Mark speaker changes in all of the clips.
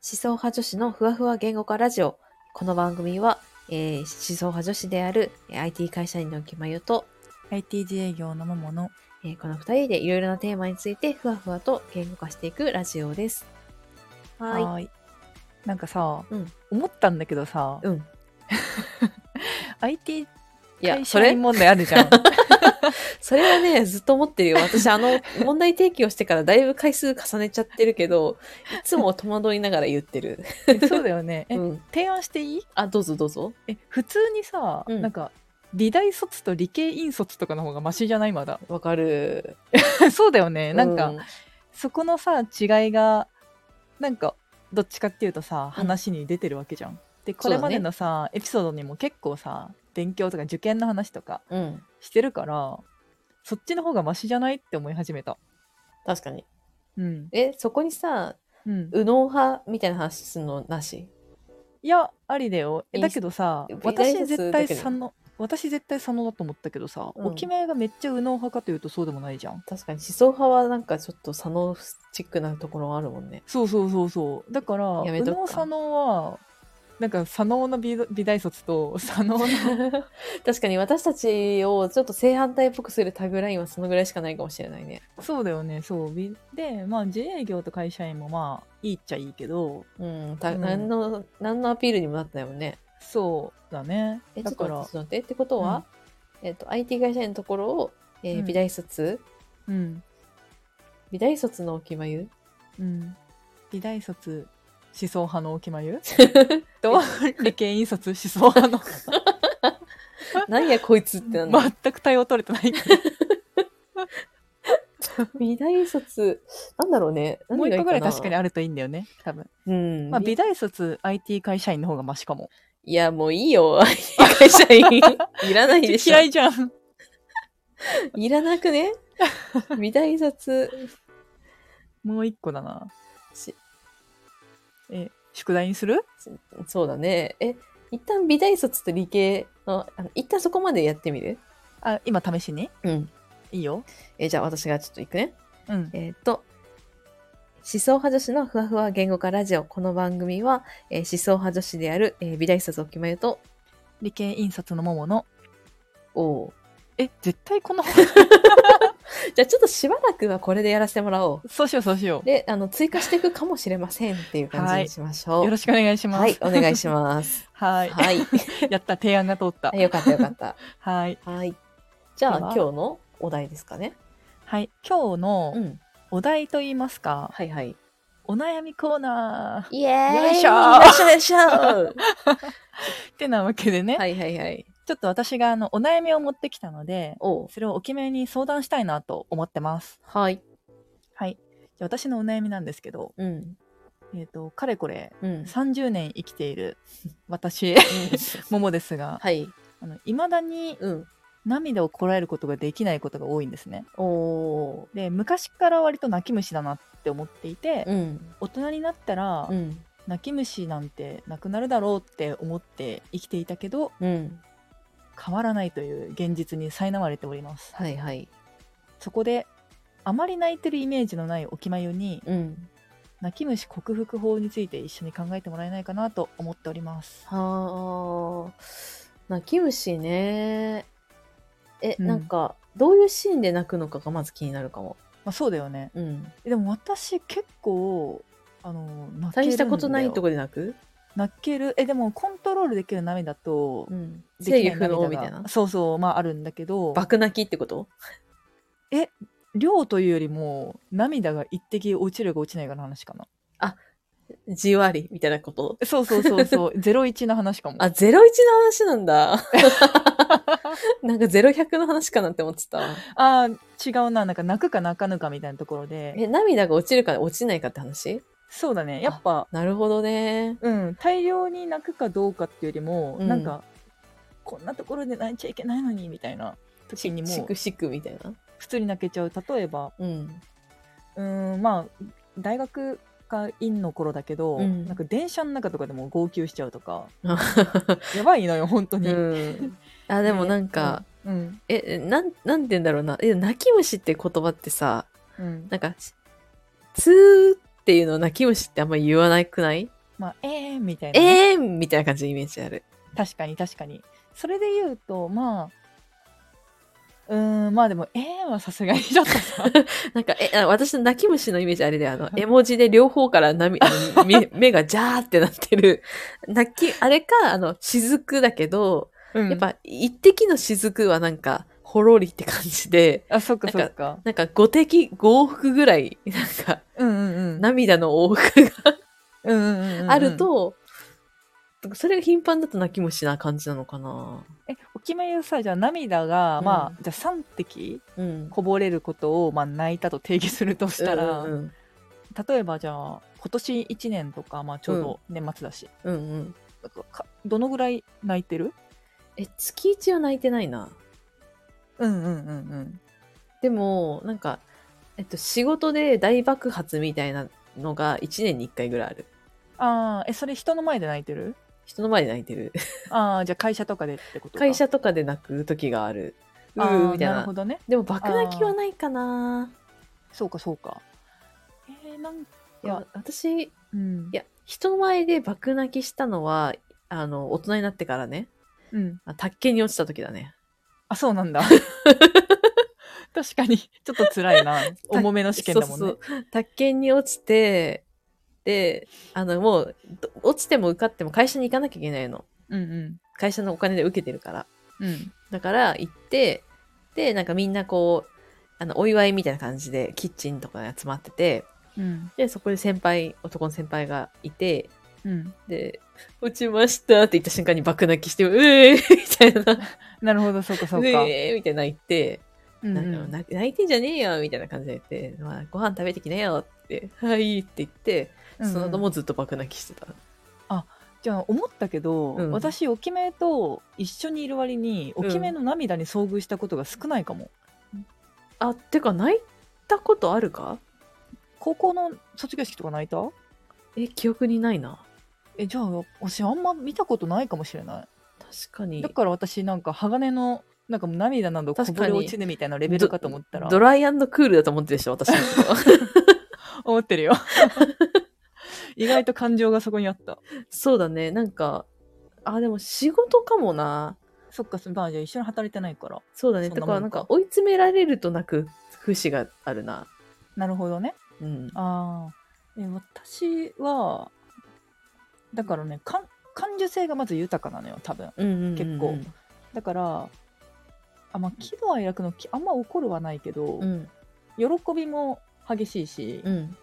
Speaker 1: 想派女子のふわふわ言語化ラジオ。この番組は、えー思想派女子であるえー IT 会社員のきまよと、
Speaker 2: IT 自営業の桃の
Speaker 1: えーこの二人でいろいろなテーマについてふわふわと言語化していくラジオです。は
Speaker 2: ーいなんかさ、
Speaker 1: うん
Speaker 2: 思ったんだけどさ、
Speaker 1: い。うん。
Speaker 2: IT
Speaker 1: いや、
Speaker 2: 会
Speaker 1: そ
Speaker 2: 社
Speaker 1: れ
Speaker 2: 員、問題あるじゃん
Speaker 1: それはね、ずっと思ってるよ。私、あ の、問題提起をしてからだいぶ回数重ねちゃってるけど、いつも戸惑いながら言って る。
Speaker 2: えそうだよ ねえ、
Speaker 1: うん。
Speaker 2: 提案していい
Speaker 1: あ、どうぞどうぞ。
Speaker 2: え普通にさ、
Speaker 1: うん
Speaker 2: なんか理大卒と理系院卒とかの方がマシじゃない まだ
Speaker 1: わかる。
Speaker 2: そうだよねなんか、
Speaker 1: う
Speaker 2: そこのさ違いがなんかどっちかっていうとさ話に出てるわけじゃん、でこれまでのさ、エピソードにも結構さ勉強とか受験の話とか
Speaker 1: うん。
Speaker 2: してるからそっちの方がマシじゃないって思い始めた
Speaker 1: 確かに。
Speaker 2: うん、
Speaker 1: え、そこにさ、
Speaker 2: うん、
Speaker 1: 右脳派みたいな話するのなし
Speaker 2: いやありだよえ
Speaker 1: いい
Speaker 2: だけどさ
Speaker 1: いい
Speaker 2: 私
Speaker 1: 大切
Speaker 2: 絶
Speaker 1: だ
Speaker 2: 対
Speaker 1: けど
Speaker 2: 佐野私絶対佐野だと思ったけどさ、
Speaker 1: うん
Speaker 2: お決めがめっちゃ右脳派かというとそうでもないじゃん
Speaker 1: 確かに思想派はなんかちょっとサノスチックなところあるもんね
Speaker 2: そうそうそうそうだから
Speaker 1: やめ
Speaker 2: 右
Speaker 1: とくか
Speaker 2: 脳佐野はなんか佐野の美美大卒と 佐野の
Speaker 1: 確かに私たちをちょっと正反対っぽくするタグラインはそのぐらいしかないかもしれないね
Speaker 2: そうだよねそう美でまあ自営業と会社員もまあいいっちゃいいけど
Speaker 1: うんた、
Speaker 2: うん
Speaker 1: 何の何のアピールにもなってないもんね
Speaker 2: そうだね
Speaker 1: えちょ
Speaker 2: だ
Speaker 1: っと
Speaker 2: か
Speaker 1: 待ってちょっと
Speaker 2: ら
Speaker 1: 待ってってことは、えっと IT 会社員のところを、えー
Speaker 2: うん
Speaker 1: 美大卒、
Speaker 2: うん
Speaker 1: 美大卒のおきまゆ
Speaker 2: うん美大卒思想派のおき まゆ と理系院卒思想派の
Speaker 1: なんやこいつってなんだ、
Speaker 2: 全く対応取れて ない
Speaker 1: 美大卒なんだろうね
Speaker 2: もう一個ぐらい確かに
Speaker 1: あ
Speaker 2: あるといいんだよね多分、
Speaker 1: うん、
Speaker 2: まあ、美大卒 IT 会社員の方がマシかも
Speaker 1: いや、もういい よ、会社員。いらないでしょ。
Speaker 2: 嫌いじゃん
Speaker 1: いらなくね美大卒。
Speaker 2: もう一個だな
Speaker 1: し
Speaker 2: え宿題にする
Speaker 1: そうだね。え、一旦美大卒と理系の、あの一旦そこまでやってみる
Speaker 2: あ今試しに
Speaker 1: うん。
Speaker 2: いいよ
Speaker 1: え、じゃあ私がちょっと行くね。
Speaker 2: うん
Speaker 1: えーっと、思想派女子のふわふわ言語化ラジオ。この番組は、えー思想派女子である、えー美大卒おきまゆと、
Speaker 2: 理系印刷の桃の
Speaker 1: おう
Speaker 2: え絶対この
Speaker 1: じゃあちょっとしばらくはこれでやらせてもらおう。
Speaker 2: そうしようそうしよ
Speaker 1: で、あの、追加していくかもしれませんっていう感じにしましょ
Speaker 2: う
Speaker 1: う。
Speaker 2: よろしくお願いします
Speaker 1: はい、お願い
Speaker 2: し
Speaker 1: します。
Speaker 2: ますは
Speaker 1: はい。
Speaker 2: いやった提案が通った
Speaker 1: あよかったよかった。
Speaker 2: はい
Speaker 1: はい。じゃあ
Speaker 2: で
Speaker 1: 今
Speaker 2: は
Speaker 1: 日のお題ですかね。
Speaker 2: はい今日の
Speaker 1: うん。
Speaker 2: お題といいますか、
Speaker 1: はいはい。
Speaker 2: お悩みコーナ
Speaker 1: イエーイ
Speaker 2: よいしょー
Speaker 1: よいしょよいしょは
Speaker 2: ーってなわけでね、
Speaker 1: いはいはい。
Speaker 2: ちょっと私があのお悩みを持ってきたので
Speaker 1: おう
Speaker 2: それをお決めに相談したいなと思ってます。
Speaker 1: はい。
Speaker 2: はい。じゃあ私のお悩みなんですけど、
Speaker 1: うん。
Speaker 2: えっ、と、かれこれ
Speaker 1: うん。
Speaker 2: 30年生きて いる私、ももですが、
Speaker 1: はい。
Speaker 2: あの未だに
Speaker 1: うん。
Speaker 2: 涙をこらえることができないことが多いんですね。
Speaker 1: おー。
Speaker 2: で、昔から割と泣き虫だなって思っていて、
Speaker 1: うん。
Speaker 2: 大人になったら、
Speaker 1: うん。
Speaker 2: 泣き虫なんてなくなるだろうって思って生きていたけど、
Speaker 1: うん。
Speaker 2: 変わらないという現実に苛まれております。
Speaker 1: はいはい。
Speaker 2: そこで、あまり泣いてるイメージのないおきまゆに、
Speaker 1: うん。
Speaker 2: 泣き虫克服法について一緒に考えてもらえないかなと思っております。
Speaker 1: はー。泣き虫ね。え、
Speaker 2: うん
Speaker 1: なんか、どういうシーンで泣くのかがまず気になるかも。
Speaker 2: まあ、そうだよね。
Speaker 1: うん。
Speaker 2: でも私結構あの泣けるんだよ
Speaker 1: 大したことないとこで泣く
Speaker 2: 泣けるえでもコントロールできる涙と、
Speaker 1: うん。
Speaker 2: できな
Speaker 1: 制御不能
Speaker 2: 涙が
Speaker 1: みたいな。
Speaker 2: そうそうまああるんだけど
Speaker 1: 爆泣きってこと
Speaker 2: 量というよりも涙が一滴落ちるか落ちないかの話かな
Speaker 1: じわりみたいなこと
Speaker 2: そうそうそう そうゼロ一の話かも
Speaker 1: あ、01の話なんだ。なんか0100の話かなって思ってたわ。
Speaker 2: あー違うななんか泣くか泣かぬかみたいなところで
Speaker 1: え、涙が落ちるか落ちないかって話
Speaker 2: そうだねやっぱ
Speaker 1: なるほどね。
Speaker 2: うん、大量に泣くかどうかっていうよりも、
Speaker 1: うん
Speaker 2: なんかこんなところで泣いちゃいけないのにみたいな時に
Speaker 1: シ
Speaker 2: も
Speaker 1: クシクみたいな。
Speaker 2: 普通に泣けちゃう例えば
Speaker 1: うん。
Speaker 2: うーんまあ大学か院の頃だけど、
Speaker 1: うん
Speaker 2: なんか電車の中とかでも号泣しちゃうと かやばいのよ本当に、
Speaker 1: うん。あ、でもなんか、
Speaker 2: うん
Speaker 1: え、なん、なんて言うんだろうな。え、泣き虫って言葉ってさ、
Speaker 2: うん
Speaker 1: なんか、つーっていうのを泣き虫ってあんまり言わなくない
Speaker 2: まあ、ええー、みたいなね、
Speaker 1: えーんみたいな感じのイメージある。
Speaker 2: 確かに確かにそれで言うとまあうーんまあでも「ええー」はさすがにちょっとさ
Speaker 1: なんか、え、あ私の泣き虫のイメージあれで、あの、絵文字で両方からなみ あの目目がジャーってなってる。 泣き、あれか、あの、雫だけど、
Speaker 2: うん
Speaker 1: やっぱ、一滴の雫はなんか、ほろりって感じで、
Speaker 2: あそっか
Speaker 1: なん
Speaker 2: そ
Speaker 1: か
Speaker 2: っか
Speaker 1: なんか五滴、五往復ぐらい、なんか、
Speaker 2: うんうんうん
Speaker 1: 涙の往復
Speaker 2: うんうんうんうん
Speaker 1: があると、それが頻繁だと泣き虫な感じなのかな。
Speaker 2: えお決めゆうさじゃあ涙が、
Speaker 1: うん
Speaker 2: まあじゃあ3滴
Speaker 1: うん。
Speaker 2: こぼれることを、まあ、泣いたと定義するとしたら、
Speaker 1: うんうん
Speaker 2: 例えばじゃあ今年1年とか、まあ、ちょうど年末だし、
Speaker 1: うんうんうん。
Speaker 2: かどのぐらい泣いてる
Speaker 1: え、月一は泣いてないな。
Speaker 2: うんうんうんうん
Speaker 1: でもなんか、えっと、仕事で大爆発みたいなのが1年に1回ぐらいある
Speaker 2: あーえそれ人の前で泣いてる
Speaker 1: 人の前で泣いてる
Speaker 2: ああじゃあ会社とかでってことか
Speaker 1: 会社とかで泣く時があるう
Speaker 2: あー
Speaker 1: ーみたい
Speaker 2: なる
Speaker 1: な
Speaker 2: ほどね
Speaker 1: でも爆泣きはないかな
Speaker 2: そうかそうかえー、なんか
Speaker 1: いや私い
Speaker 2: うん
Speaker 1: や人前で爆泣きしたのはあの大人になってからね
Speaker 2: うん
Speaker 1: あ宅建に落ちた時だね
Speaker 2: あそ うなんだ確かにちょっと辛 いな重めの試験だもんね
Speaker 1: そうそうそう宅建に落ちてであのもうど落ちても受かっても会社に行かなきゃいけないの
Speaker 2: うんう
Speaker 1: 会社のお金で受けてるから
Speaker 2: んうん
Speaker 1: だから行って、で、なんかみんなこう、あの、お祝いみたいな感じでキッチンとかに集まってて、
Speaker 2: うん
Speaker 1: で、そこで先輩、男の先輩がいて、
Speaker 2: うん
Speaker 1: で、落ちましたって言った瞬間に爆泣きして、うえーみたいな、
Speaker 2: なるほどそうかそう
Speaker 1: う
Speaker 2: か、
Speaker 1: えーみたいな言って、
Speaker 2: うんう
Speaker 1: なんんか泣泣いてんじゃねえよみたいな感じで言って、まあ、ご飯食べてきなよって、はいって言って、
Speaker 2: うんうん
Speaker 1: その後もずっと爆泣きしてた。
Speaker 2: じゃあ思ったけど、
Speaker 1: うん
Speaker 2: 私おきめと一緒にいる割におきめの涙に遭遇したことが少ないかも、
Speaker 1: あ、てか泣いたことあるか
Speaker 2: 高校の卒業式とか泣いた
Speaker 1: え、記憶にないな。
Speaker 2: えじゃあ私あんま見たことないかもしれない
Speaker 1: 確かに。
Speaker 2: だから私なんか鋼のなんかもう涙などこ
Speaker 1: 確
Speaker 2: ぼ
Speaker 1: かに
Speaker 2: れ落ちるみたいなレベルかと思ったら
Speaker 1: ドライクールだと思ってるでしょ、私のことは。
Speaker 2: 思ってるよ意外と感情がそこにあった
Speaker 1: そうだね。なんか、あ、でも仕事かもな。
Speaker 2: そっかそまあじゃあ一緒に働いてないから
Speaker 1: そうだね。
Speaker 2: そ
Speaker 1: だ
Speaker 2: んな
Speaker 1: か
Speaker 2: もん
Speaker 1: ら
Speaker 2: か
Speaker 1: なんか追い詰められると泣く節があるな。
Speaker 2: なるほどね
Speaker 1: うん。
Speaker 2: ああえ私はだからね感感受性がまず豊かなのよ多分
Speaker 1: うんうんうんうん
Speaker 2: 結構だからあまあ喜怒哀楽のきあんま怒るはないけど、
Speaker 1: うん。
Speaker 2: 喜びも激しいし、
Speaker 1: うん。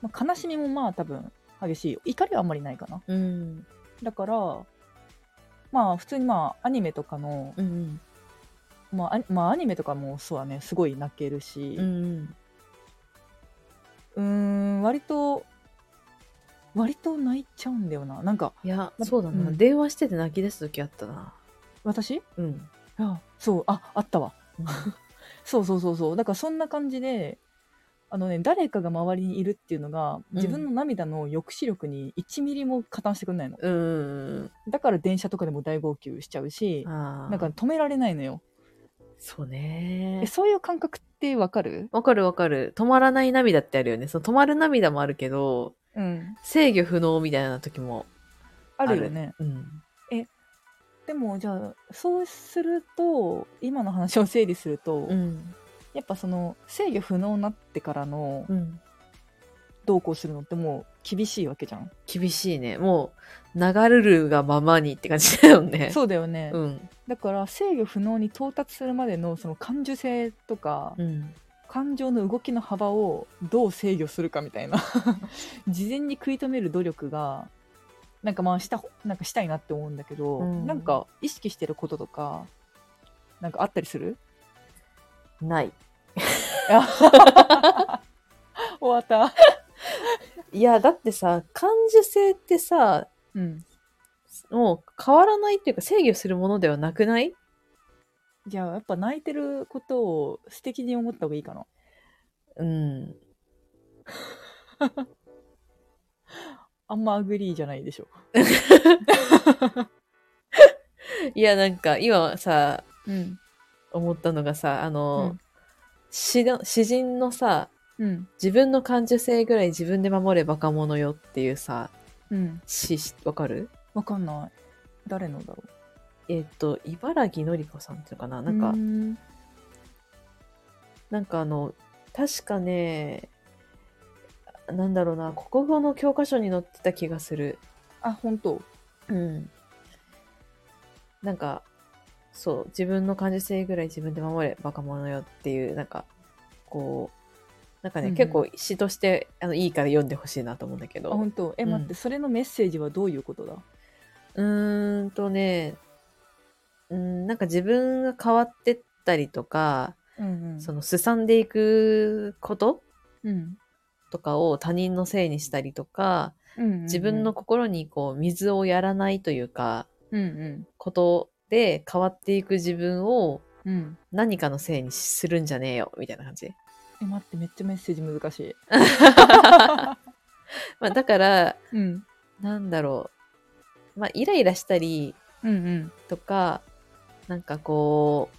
Speaker 2: まあ悲しみもまあ多分激しいよ怒りはあんまりないかな
Speaker 1: うん。
Speaker 2: だからまあ普通にまあアニメとかの、
Speaker 1: うん。
Speaker 2: まあアニ、まあアニメとかもそうだねすごい泣けるし
Speaker 1: うん。うん。
Speaker 2: うーん割と割と泣いちゃうんだよななんか
Speaker 1: いや、
Speaker 2: ま
Speaker 1: そうだな。
Speaker 2: うん
Speaker 1: 電話してて泣き出す時あったな。
Speaker 2: 私
Speaker 1: うん。
Speaker 2: あそうああったわ そうそうそうそうだからそんな感じであのね誰かが周りにいるっていうのが自分の涙の抑止力に1ミリも加担してくんないの、
Speaker 1: うんうん
Speaker 2: だから電車とかでも大号泣しちゃうし
Speaker 1: うん。ああ。
Speaker 2: なんか、止められないのよ
Speaker 1: そうね
Speaker 2: え。そういう感覚ってわかる
Speaker 1: わかるわかる。止まらない涙ってあるよね。その止まる涙もあるけど、
Speaker 2: うん
Speaker 1: 制御不能みたいな時も
Speaker 2: あるよね
Speaker 1: うん。
Speaker 2: でもじゃあそうすると今の話を整理すると、
Speaker 1: うん。
Speaker 2: やっぱその制御不能になってからの
Speaker 1: うん。
Speaker 2: どうこうするのってもう厳しいわけじゃん
Speaker 1: 厳しいね。もう、流れるがままにって感じだよね。
Speaker 2: そうだよね、
Speaker 1: うん。
Speaker 2: だから制御不能に到達するまでのその感受性とか、
Speaker 1: うん。
Speaker 2: 感情の動きの幅をどう制御するかみたいな 事前に食い止める努力がなんかまあしたなんかしたいなって思うんだけど、
Speaker 1: うん
Speaker 2: なんか意識してることとかなんかあったりする
Speaker 1: ない。
Speaker 2: 終わった、
Speaker 1: いや、だってさ、感受性ってさ、
Speaker 2: うん、
Speaker 1: もう変わらないっていうか制御するものではなくない
Speaker 2: じゃあやっぱ泣いてることを素敵に思った方がいいかな
Speaker 1: うん。
Speaker 2: あんまアグリーじゃないでしょ、
Speaker 1: いや、なんか、今さ、
Speaker 2: うん
Speaker 1: 思ったのがさ、あの、
Speaker 2: うん
Speaker 1: 詩の詩人のさ、
Speaker 2: うん、
Speaker 1: 自分の感受性ぐらい自分で守れバカ者よっていうさ、
Speaker 2: うん。
Speaker 1: し、しわかる
Speaker 2: わかんない。誰のだろ
Speaker 1: えっ、と、茨城のりこさんっていうのかな
Speaker 2: う。
Speaker 1: なんか、
Speaker 2: うん
Speaker 1: なんかあの、確かね、なんだろうな、国語の教科書に載ってた気がする。
Speaker 2: あ、本当。
Speaker 1: うん。なんか、そう、自分の感受性ぐらい自分で守れ、バカ者よっていう、なんか、こう、なんかね、
Speaker 2: うんうん
Speaker 1: 結構詩としてあのいいから読んでほしいなと思うんだけ
Speaker 2: あ、
Speaker 1: ど。
Speaker 2: 本当。え、
Speaker 1: うん
Speaker 2: 待って、それのメッセージはどういうことだ
Speaker 1: うーんとね、うん、なんか自分が変わってったりとか、
Speaker 2: うんうん
Speaker 1: その、すさんでいくこと
Speaker 2: うん。
Speaker 1: とかを他人のせいにしたりとか、自分の、心にこう、水をやらないというか、
Speaker 2: うんうん。
Speaker 1: ことで変わっていく自分を
Speaker 2: うん。
Speaker 1: 何かのせいにするんじゃねえよ、みたいな感じ。
Speaker 2: え、待って、めっちゃメッセージ難しい。
Speaker 1: まあ、だから、
Speaker 2: うん。
Speaker 1: なんだろう。まあ、イライラしたり
Speaker 2: うんうん。
Speaker 1: とか、なんかこ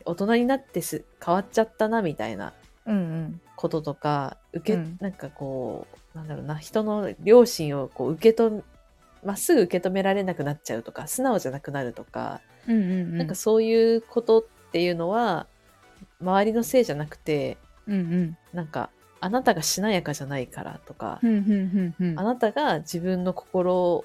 Speaker 1: う、大人になってす変わっちゃったな、みたいな
Speaker 2: うんうん。
Speaker 1: こととか、受け、
Speaker 2: うん
Speaker 1: なんかこう、なんだろうな、人の良心をこう受け止め、まっすぐ受け止められなくなっちゃうとか、素直じゃなくなるとか、
Speaker 2: うんうん。
Speaker 1: なんか、そういうことっていうのは、周りのせいじゃなくて、
Speaker 2: うんうん。
Speaker 1: なんか、あなたがしなやかじゃないからとか、
Speaker 2: うんうんうんうん。
Speaker 1: あなたが自分の心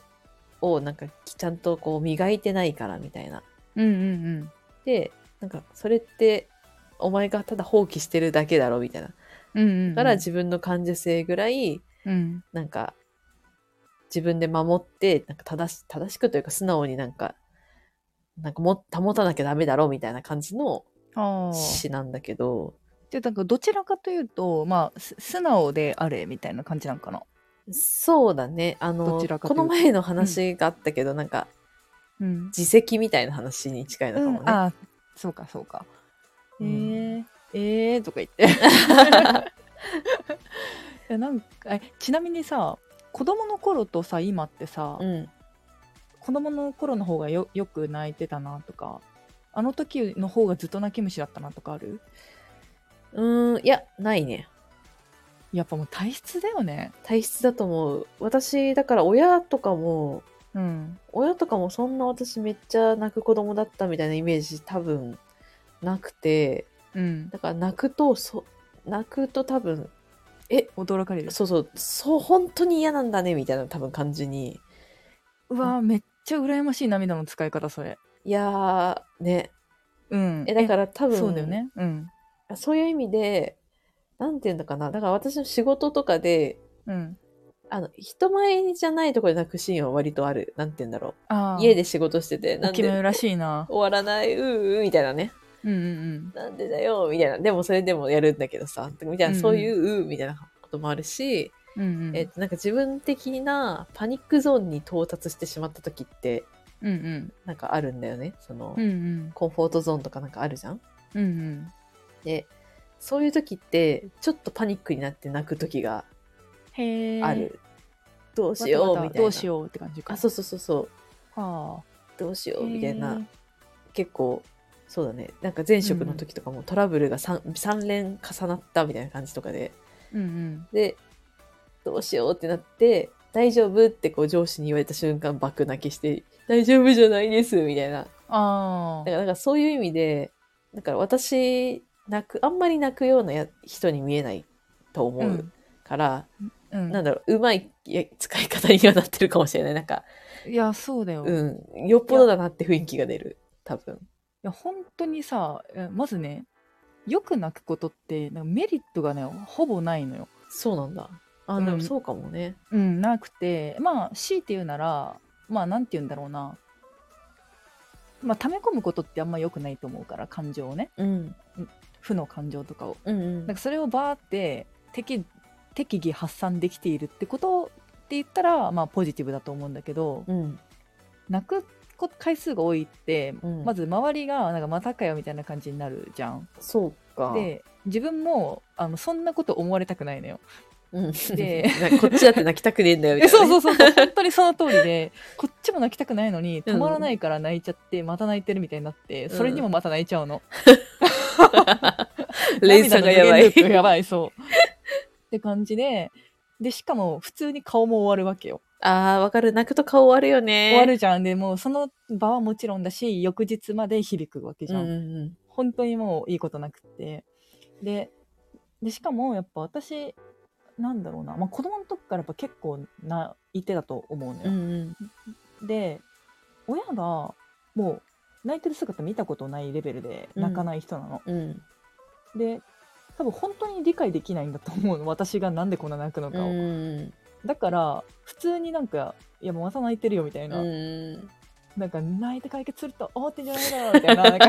Speaker 1: をなんかちゃんとこう磨いてないからみたいな。
Speaker 2: うんうんうん。
Speaker 1: で、なんかそれってお前がただ放棄してるだけだろみたいな。
Speaker 2: うんうんうん
Speaker 1: だから自分の感受性ぐらい
Speaker 2: うん
Speaker 1: なんか自分で守ってなんか正し正しくというか素直になんかなんかも保たなきゃダメだろみたいな感じの
Speaker 2: あー
Speaker 1: 詩なんだけど、
Speaker 2: でなんかどちらかというとまあす素直であれみたいな感じなんかな、
Speaker 1: そうだね。あの、
Speaker 2: どちらかと
Speaker 1: こ
Speaker 2: いうと
Speaker 1: の前の話があったけど、なんか
Speaker 2: うん
Speaker 1: 自責みたいな話に近いのかもね。
Speaker 2: あーそうかそうか、
Speaker 1: うん
Speaker 2: えー、えー、とか言っていやなんかえちなみにさ子供の頃とさ今ってさ、
Speaker 1: うん。
Speaker 2: 子供の頃の方がよよく泣いてたなとかあの時の方がずっと泣き虫だったなとかある
Speaker 1: うーん、いや、ないね。
Speaker 2: やっぱもう体質だよね
Speaker 1: 体質だと思う。私、だから親とかも、
Speaker 2: うん
Speaker 1: 親とかもそんな私めっちゃ泣く子供だったみたいなイメージ多分なくて、
Speaker 2: うん
Speaker 1: だから泣くと、そ泣くと多分、え、
Speaker 2: 驚かれる
Speaker 1: そうそう、そう、本当に嫌なんだねみたいな多分感じに。
Speaker 2: うわーめっちゃ羨ましい涙の使い方それ
Speaker 1: いやー、ね。
Speaker 2: うん
Speaker 1: え、だから多分、
Speaker 2: そうだよね。うん。
Speaker 1: そういう意味で、なんていうのかな。だから私の仕事とかで、
Speaker 2: うん。
Speaker 1: あの、人前じゃないところで泣くシーンは割とある。なんて言うんだろう。
Speaker 2: ああ。
Speaker 1: 家で仕事してて、なん
Speaker 2: お決め
Speaker 1: で
Speaker 2: らしいな。
Speaker 1: 終わらない、うーうーみたいなね。
Speaker 2: うんうん
Speaker 1: なんでだよ、みたいな。でもそれでもやるんだけどさ、みたい
Speaker 2: うんう
Speaker 1: な、
Speaker 2: ん
Speaker 1: そういう、うーみたいなこともあるし、
Speaker 2: うん。うんうん。
Speaker 1: えっと、なんか自分的なパニックゾーンに到達してしまった時って、
Speaker 2: うんうん。
Speaker 1: なんかあるんだよね。その、
Speaker 2: うんうん。
Speaker 1: コンフォートゾーンとかなんかあるじゃん。
Speaker 2: うんうん。
Speaker 1: で、そういう時って、ちょっとパニックになって泣く時が
Speaker 2: へえ。
Speaker 1: ある。どう
Speaker 2: わたわた。
Speaker 1: しよう、みたいな。
Speaker 2: どうし
Speaker 1: う。
Speaker 2: ようって感じか。
Speaker 1: あ、そうそうそうそう。
Speaker 2: は
Speaker 1: どうしよ
Speaker 2: あ。
Speaker 1: う、みたいな
Speaker 2: へ。
Speaker 1: 結構そうだねなんか前職の時とかもトラブルが 3, 三連重なったみたいな感じとかで
Speaker 2: え。うん
Speaker 1: でどうしようってなって「大丈夫?」ってこう上司に言われた瞬間爆泣きして「大丈夫じゃないです」みたいなだか
Speaker 2: うん。ああ。
Speaker 1: らなんかそういう意味でだから私泣くあんまり泣くようなや人に見えないと思うから、
Speaker 2: うん。
Speaker 1: なんだろううまいや使い方にはなってるかもしれないなんか、
Speaker 2: いや、そうだよ。い
Speaker 1: うん、よっぽどだなって雰囲気が出る多分。
Speaker 2: や、本当にさ、えまずね、よく泣くことって、なんかメリットがね、ほぼないのよ。
Speaker 1: そうなんだ。あ、
Speaker 2: うん
Speaker 1: でもそうかもね。
Speaker 2: うん、なくて、まあ、強いて言うなら、まあ、なんて言うんだろうな。まあ、溜め込むことってあんま良くないと思うから、感情をね。
Speaker 1: うん。
Speaker 2: 負の感情とかを。
Speaker 1: うんうん
Speaker 2: なんかそれをバーって適適宜発散できているってことって言ったら、まあ、ポジティブだと思うんだけど、
Speaker 1: うん。
Speaker 2: 泣くこ回数が多いって、
Speaker 1: うん
Speaker 2: まず周りがなんかまたかよみたいな感じになるじゃん。
Speaker 1: そうか。
Speaker 2: で自分もあのそんなこと思われたくないのよ。
Speaker 1: うん、
Speaker 2: で
Speaker 1: なんかこっちだって泣きたくねえんだよ、みたい
Speaker 2: そ
Speaker 1: な
Speaker 2: う
Speaker 1: ね。
Speaker 2: そううそうそう本当にその通りでこっちも泣きたくないのに
Speaker 1: うん
Speaker 2: 止まらないから泣いちゃってまた泣いてるみたいになってそれにもまた泣いちゃうの。
Speaker 1: そう。連鎖 がやばい。
Speaker 2: 涙の無限ループやばいそう。って感じででしかも普通に顔も終わるわけよ。
Speaker 1: ああ、わかる。泣くと顔終わるよね。
Speaker 2: 終わるじゃんでもうその場はもちろんだし翌日まで響くわけじゃん、
Speaker 1: うんうんうん。
Speaker 2: 本当にもういいことなくってででしかもやっぱ私なんだろうな、まあ、子供の時からやっぱ結構泣いてたと思うの
Speaker 1: う
Speaker 2: よ、
Speaker 1: んうん。
Speaker 2: で親がもう泣いてる姿見たことないレベルで泣かない人なの、
Speaker 1: うん。
Speaker 2: で多分本当に理解できないんだと思うの私がなんでこんな泣くの
Speaker 1: う
Speaker 2: かを、
Speaker 1: ん。
Speaker 2: だから普通になんか「いやもうまた泣いてるよ」みたいな、
Speaker 1: うん。
Speaker 2: なんか泣いて解決すると思ってんじゃないだろうみたいななん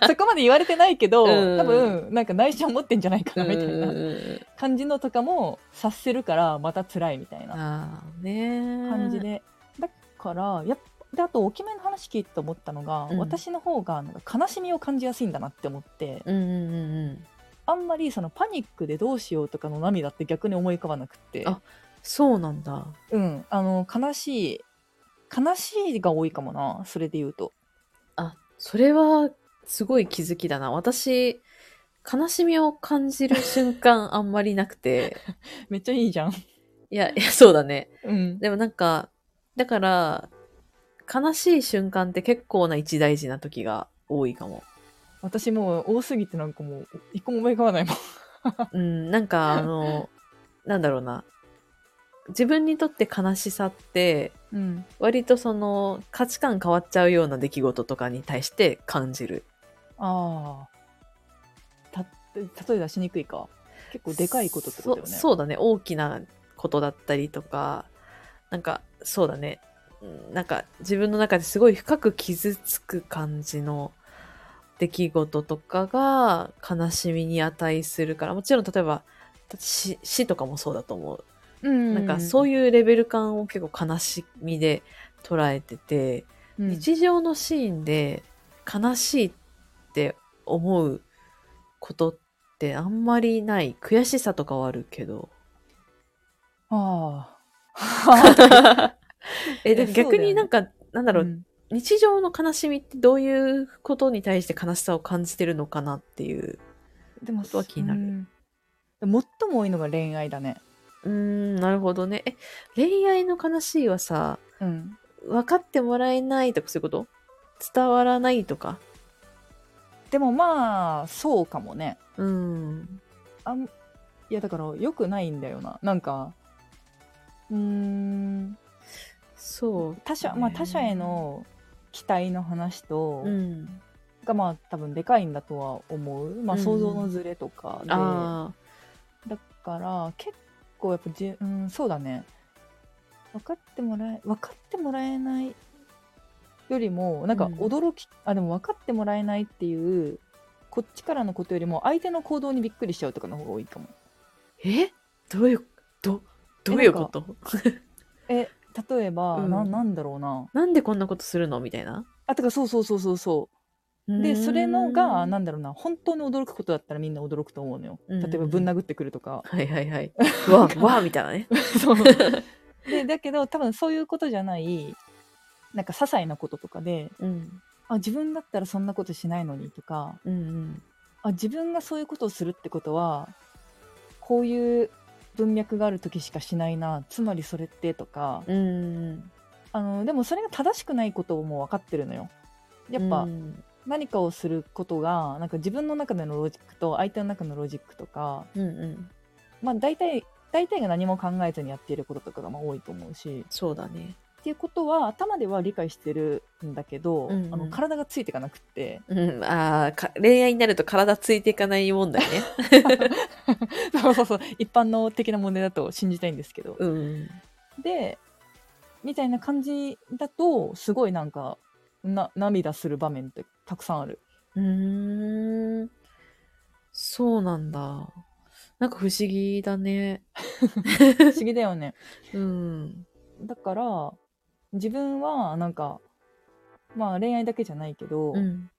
Speaker 2: かそこまで言われてないけど、
Speaker 1: うん
Speaker 2: 多分なんか内心持ってんじゃないかなみたい
Speaker 1: うんうん
Speaker 2: な
Speaker 1: うん
Speaker 2: 感じのとかも察せるからまた辛いみたいな
Speaker 1: ああ、ねえ
Speaker 2: 感じ。でだからやっぱであとお決めの話聞いて思ったのが、
Speaker 1: うん
Speaker 2: 私の方がなんか悲しみを感じやすいんだなって思って
Speaker 1: うんうんうんうん。
Speaker 2: あんまりそのパニックでどうしようとかの涙って逆に思い浮かばなくって
Speaker 1: あそうなんだ。
Speaker 2: うん、あの悲しい悲しいが多いかもなそれで言うと。
Speaker 1: あ、それはすごい気づきだな。私、悲しみを感じる瞬間あんまりなくて。
Speaker 2: めっちゃいいじゃん。
Speaker 1: いや、いやそうだね。
Speaker 2: うん、
Speaker 1: でもなんか、だから、悲しい瞬間って結構な一大事な時が多いかも。
Speaker 2: 私もう多すぎてなんかもう一個も思い浮かばないもん。
Speaker 1: うん、なんかあの、なんだろうな。自分にとって悲しさって、
Speaker 2: うん、
Speaker 1: 割とその価値観変わっちゃうような出来事とかに対して感じる。
Speaker 2: ああた例え出しにくいか結構でかいことってことだよね
Speaker 1: そそうだね。大きなことだったりとか、なんかそうだね。うんなんか自分の中ですごい深く傷つく感じの出来事とかが悲しみに値するから、もちろん例えば死死とかもそうだと思う。
Speaker 2: うん
Speaker 1: なんかそういうレベル感を結構悲しみで捉えてて、
Speaker 2: うん、
Speaker 1: 日常のシーンで悲しいって思うことってあんまりない悔しさとかはあるけど
Speaker 2: あ
Speaker 1: えで
Speaker 2: いやそうだよね
Speaker 1: 逆になんか、なんだ
Speaker 2: あ、
Speaker 1: ろう、
Speaker 2: うん
Speaker 1: 日常の悲しみってどういうことに対して悲しさを感じてるのかなっていう
Speaker 2: でも
Speaker 1: ことは気になる
Speaker 2: うん最も多いのが恋愛だね。
Speaker 1: うーんなるほどねえ恋愛の悲しいはさ
Speaker 2: うん、
Speaker 1: 分かってもらえないとかそういうこと伝わらないとか
Speaker 2: でもまあそうかもね。
Speaker 1: うん
Speaker 2: あんいやだからよくないんだよななんかうーん
Speaker 1: そう
Speaker 2: 他者、まあ、他者への期待の話と、
Speaker 1: うん
Speaker 2: がまあ多分でかいんだとは思う、まあ、
Speaker 1: うん
Speaker 2: 想像のズレとかで、
Speaker 1: あ
Speaker 2: だから結構やっぱじゅ、うん、そうだね分かってもらえ分かってもらえないよりもなんか
Speaker 1: うん
Speaker 2: 驚き、あでも分かってもらえないっていうこっちからのことよりも相手の行動にびっくりしちゃうとかの方が多いかも。
Speaker 1: ーえどういうどどういうこと
Speaker 2: え例えば、
Speaker 1: うん
Speaker 2: ななんだろうな
Speaker 1: なんでこんなことするのみたいな
Speaker 2: あてかそうそうそうそうそうでそれのがなんんだろうな本当に驚くことだったらみんな驚くと思うのよ
Speaker 1: うん
Speaker 2: 例えばぶん殴ってくるとか、
Speaker 1: はいはいはい うわわあみたいなね
Speaker 2: そうでだけど多分そういうことじゃないなんか些細なこととかで
Speaker 1: うん
Speaker 2: あ自分だったらそんなことしないのにとか
Speaker 1: うんうん
Speaker 2: あ自分がそういうことをするってことはこういう文脈がある時しかしないなつまりそれってとか
Speaker 1: うん
Speaker 2: あのでもそれが正しくないことをもう分かってるのよ。やっぱ、
Speaker 1: うん
Speaker 2: 何かをすることがなんか自分の中でのロジックと相手の中のロジックとか、
Speaker 1: うんうん
Speaker 2: まあ、大体大体が何も考えずにやっていることとかがまあ多いと思うし
Speaker 1: そうだね
Speaker 2: っていうことは頭では理解してるんだけど、
Speaker 1: うんうん
Speaker 2: あの体がついていかなく って
Speaker 1: うんあーか恋愛になると体ついていかない問題 ね
Speaker 2: そうそうそう一般の的な問題だと信じたいんですけど、
Speaker 1: うん
Speaker 2: でみたいな感じだとすごいなんかな涙する場面ってたくさんある。
Speaker 1: うーんそうなんだなんか不思議だね
Speaker 2: 不思議だよね
Speaker 1: うん
Speaker 2: だから自分はなんかまあ恋愛だけじゃないけど、
Speaker 1: うん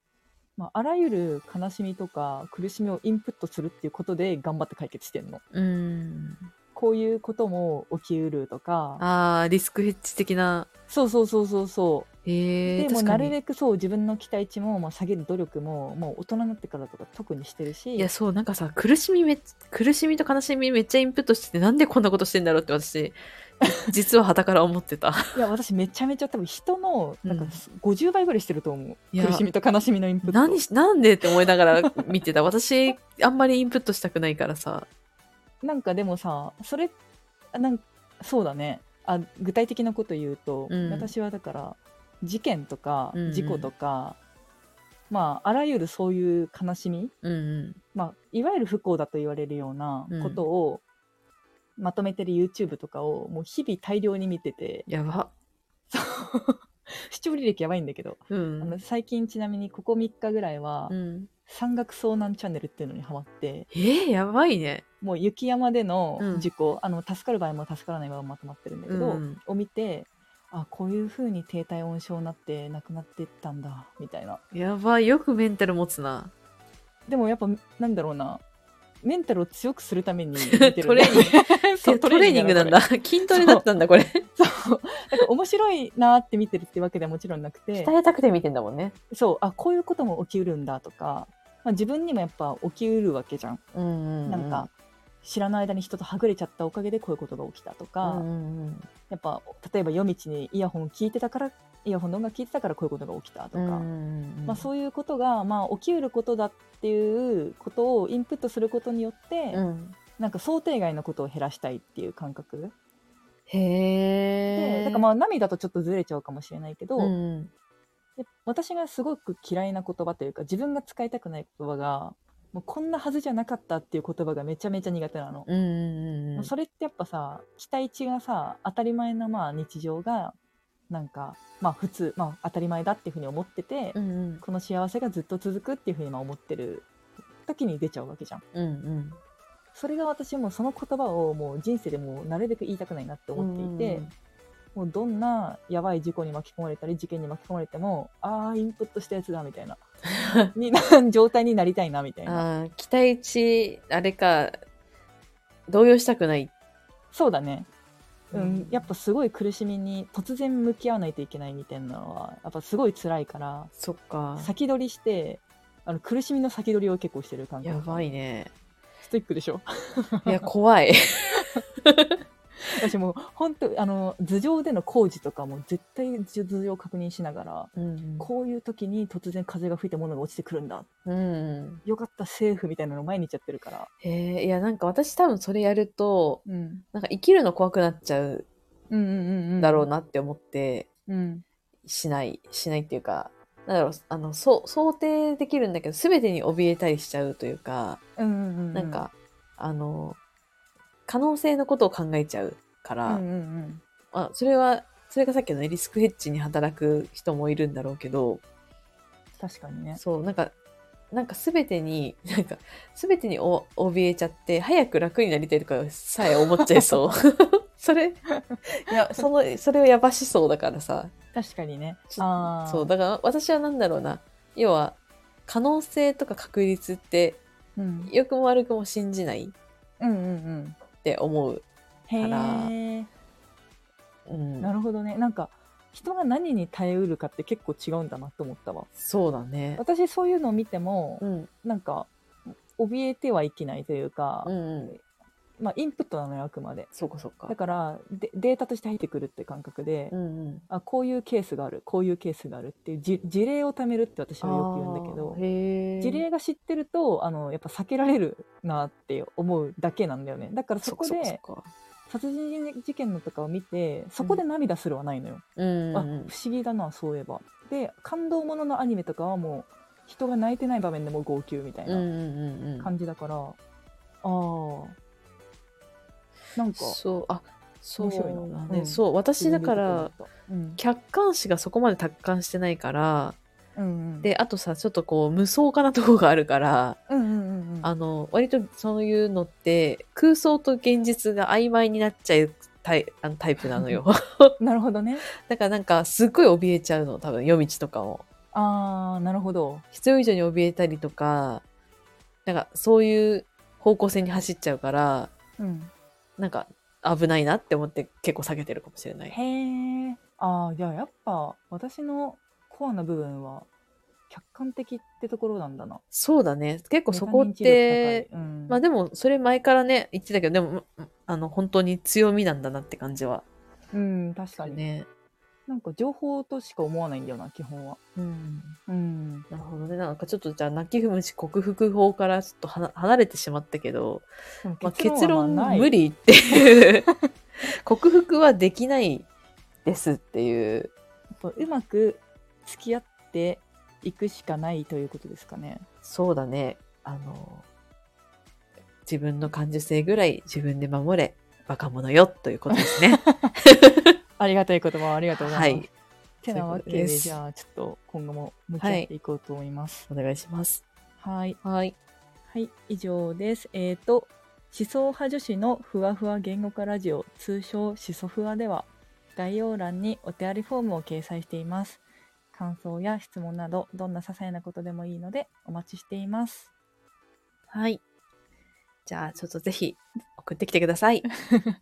Speaker 2: まあ、あらゆる悲しみとか苦しみをインプットするっていうことで頑張って解決してんの
Speaker 1: うん。
Speaker 2: こういうことも起きうるとか
Speaker 1: あーリスクヘッジ的な。
Speaker 2: そうそうそうそうそう、
Speaker 1: えー、
Speaker 2: でも
Speaker 1: 確
Speaker 2: う
Speaker 1: か
Speaker 2: なる
Speaker 1: に。
Speaker 2: べくそう自分の期待値も、まあ、下げる努力ももう大人になってからとか特にしてるし
Speaker 1: いや、そう、なんかさ、苦しみめっ、苦しみと悲しみめっちゃインプットしてて、なんでこんなことしてんだろうって私、 実は傍から思って た。
Speaker 2: いや私めちゃめちゃ多分人のなんか
Speaker 1: うん
Speaker 2: 50倍ぐらいしてると思う、
Speaker 1: いや
Speaker 2: 苦しみと悲しみのインプット
Speaker 1: 何し、なんでって思いながら見てた。私、あんまりインプットしたくないからさ。
Speaker 2: なんかでもさそれあなんそうだねあ具体的なこと言うと、
Speaker 1: うん
Speaker 2: 私はだから事件とか
Speaker 1: うんうん
Speaker 2: 事故とか、まああらゆるそういう悲しみ、
Speaker 1: うんうん。
Speaker 2: まあ、いわゆる不幸だと言われるようなことを、まとめてる YouTube とかをもう日々大量に見てて
Speaker 1: やば。
Speaker 2: 視聴履歴やばいんだけど、
Speaker 1: う
Speaker 2: あの
Speaker 1: ん。
Speaker 2: 最近ちなみにここ3日ぐらいは「
Speaker 1: うん、
Speaker 2: 山岳遭難チャンネル」っていうのにハマって
Speaker 1: えー、やばいね。
Speaker 2: もう雪山での
Speaker 1: うん
Speaker 2: 事故、あの助かる場合も助からない場合もまとまってるんだけど、
Speaker 1: うん
Speaker 2: を見てあこういうふうに低体温症になって亡くなってったんだみたいな
Speaker 1: やばい。よくメンタル持つな。
Speaker 2: でもやっぱなんだろうなメンタルを強くするために見てるんだ
Speaker 1: トレー
Speaker 2: ニン
Speaker 1: トレーニングなんだ。 筋トレだったんだ、これ。
Speaker 2: そうなんか面白いなって見てるってわけではもちろんなくて
Speaker 1: 鍛えたくて見てんだもんね。
Speaker 2: そうあこういうことも起きうるんだとか、まあ、自分にもやっぱ起きうるわけじゃん、
Speaker 1: うんうん、
Speaker 2: なんか、知らない間に人とはぐれちゃったおかげでこういうことが起きたとか、
Speaker 1: うんうん
Speaker 2: やっぱ例えば夜道にイヤホンを聞いてたからイヤホンの音楽聞いてたからこういうことが起きたと
Speaker 1: う
Speaker 2: か、
Speaker 1: んうんうん、
Speaker 2: まあ、そういうことが、まあ、起きうることだっていうことをインプットすることによって、
Speaker 1: うん
Speaker 2: なんか想定外のことを減らしたいっていう感覚
Speaker 1: へ
Speaker 2: で
Speaker 1: え。
Speaker 2: だからまあ涙とちょっとずれちゃうかもしれないけど、
Speaker 1: うんうん
Speaker 2: で私がすごく嫌いな言葉というか自分が使いたくない言葉がもうこんなはずじゃなかったっていう言葉がめちゃめちゃ苦手なの。
Speaker 1: うんうんうん、
Speaker 2: それってやっぱさ期待値がさ当たり前のまあ日常がなんかまあ普通、まあ、当たり前だっていうふうに思ってて、
Speaker 1: うんうん
Speaker 2: この幸せがずっと続くっていうふうにまあ思ってる時に出ちゃうわけじゃん。
Speaker 1: うんうん
Speaker 2: それが私もその言葉をもう人生でもうなるべく言いたくないなって思っていて、もうどんなやばい事故に巻き込まれたり事件に巻き込まれてもああインプットしたやつだみた いなにな状態になりたいなみたいな
Speaker 1: あー期待値あれか動揺したくない、
Speaker 2: そうだね、うん
Speaker 1: うん
Speaker 2: やっぱすごい苦しみに突然向き合わないといけないみたいなのはやっぱすごい辛いから
Speaker 1: そっか
Speaker 2: 先取りしてあの苦しみの先取りを結構してる感覚
Speaker 1: やばいね
Speaker 2: ストイックでしょ
Speaker 1: いや怖い
Speaker 2: 私もう本当あの頭上での工事とかも絶対頭上を確認しながら
Speaker 1: うん
Speaker 2: こういう時に突然風が吹いて物が落ちてくるんだ
Speaker 1: うんうん
Speaker 2: よかったセーフみたいなの毎日やってるから、
Speaker 1: へえいやなんか私多分それやると
Speaker 2: うん、
Speaker 1: なんか生きるの怖くなっちゃう
Speaker 2: うんうんうんうん
Speaker 1: だろうなって思って、
Speaker 2: うん
Speaker 1: しないしないっていうかなんだろうあのそう想定できるんだけど全てに怯えたりしちゃうというか
Speaker 2: うんうんうん
Speaker 1: なんか、あの、可能性のことを考えちゃうか
Speaker 2: う
Speaker 1: ら、
Speaker 2: んうんうん
Speaker 1: まあ、それは、それがさっきのねリスクヘッジに働く人もいるんだろうけど、
Speaker 2: 確かにね
Speaker 1: そう、なんか、なんか全てに、 なんか、全てにお怯えちゃって、早く楽になりたいとかさえ思っちゃいそう。 それ、いや、その、それはやばしそうだからさ。
Speaker 2: 確かにね
Speaker 1: ちょ
Speaker 2: あー
Speaker 1: そう、だから私はなんだろうな。要は、可能性とか確率って、
Speaker 2: うん
Speaker 1: 良くも悪くも信じないっ
Speaker 2: うんうん
Speaker 1: て思う。
Speaker 2: うんへ
Speaker 1: から
Speaker 2: え
Speaker 1: うん
Speaker 2: なるほどねなんか人が何に耐えうるかって結構違うんだなと思ったわ
Speaker 1: そうだね。
Speaker 2: 私そういうのを見ても、
Speaker 1: うん。
Speaker 2: なんか怯えてはいけないというか、
Speaker 1: うんうん。
Speaker 2: まあインプットなのよあくまで
Speaker 1: そうかそうか
Speaker 2: だ。からデデータとして入ってくるって感覚で、
Speaker 1: うんうん。
Speaker 2: あこういうケースがあるこういうケースがあるっていうじ事例を貯めるって私はよく言うんだけど
Speaker 1: あーへえ。
Speaker 2: 事例が知ってるとあのやっぱ避けられるなって思うだけなんだよねだからそこ
Speaker 1: っかそっ
Speaker 2: で
Speaker 1: か
Speaker 2: 殺人事件のとかを見てそこで涙するはないのよ、
Speaker 1: うん
Speaker 2: あ
Speaker 1: う
Speaker 2: 不
Speaker 1: ん。
Speaker 2: 思議だなそういえばで感動もののアニメとかはもう人が泣いてない場面でも号泣みたい
Speaker 1: うんう
Speaker 2: なん
Speaker 1: うんうん。
Speaker 2: 感じだから、ああなんか
Speaker 1: そう、あ、そう
Speaker 2: 面白いな
Speaker 1: だね。
Speaker 2: うん
Speaker 1: そう、私だか
Speaker 2: 自分で言う
Speaker 1: ら、
Speaker 2: ことだった
Speaker 1: 客観視がそこまで達観してないから、
Speaker 2: うんうんうん
Speaker 1: で、あとさ、ちょっとこう、無双化なとこがあるから、
Speaker 2: うんうんうんうん
Speaker 1: あの、割とそういうのって、空想と現実が曖昧になっちゃうタイあのタイプなの よ。
Speaker 2: なるほどね
Speaker 1: だからなんか、すっごい怯えちゃうの、多分、夜道とかも。
Speaker 2: ああなるほど
Speaker 1: 必要以上に怯えたりとか、なんかそういう方向性に走っちゃうから、なんか危ないなって思って結構下げてるかもしれない。
Speaker 2: へえ。ああ、じゃあやっぱ私のコアな部分は客観的ってところなんだな。
Speaker 1: そうだね。結構そこっ
Speaker 2: メ
Speaker 1: て、
Speaker 2: タ認知力高いうん
Speaker 1: まあでもそれ前からね、言ってたけど、でも、まあの、本当に強みなんだなって感じは。
Speaker 2: うん、確かに、
Speaker 1: ね。
Speaker 2: なんか情報としか思わないんだよな、基本は。
Speaker 1: うん。
Speaker 2: うん。
Speaker 1: なるほどね。なんかちょっとじゃあ、泣き虫克服法からちょっとはな離れてしまったけど、
Speaker 2: でも
Speaker 1: まあ、結論
Speaker 2: はまあない
Speaker 1: 無。理っていう。 克服はできないですっていう。
Speaker 2: とうまく付き合っていくしかないということですかね。
Speaker 1: そうだね。あの、自分の感受性ぐらい自分で守れ、バカ者よということです ね。
Speaker 2: ありがたい言葉をありがとうございま
Speaker 1: は
Speaker 2: す。
Speaker 1: い
Speaker 2: てなわけ
Speaker 1: そういう
Speaker 2: で、
Speaker 1: ことです
Speaker 2: じゃあちょっと今後も向き合っていこうと思います。
Speaker 1: お願いします。
Speaker 2: はい。
Speaker 1: はい。
Speaker 2: はい、以上です。えっ、と、思想派女子のふわふわ言語化ラジオ、通称思想ふわでは、概要欄にお手ありフォームを掲載しています。感想や質問など、どんな些細なことでもいいので、お待ちしています。
Speaker 1: はい。じゃあ、ちょっとぜひ送ってきてくださ い。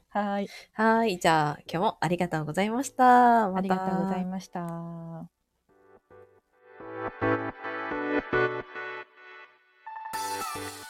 Speaker 2: はい、
Speaker 1: はい。じゃあ、今日もありがとうございました。また
Speaker 2: ありがとうございました。
Speaker 3: 「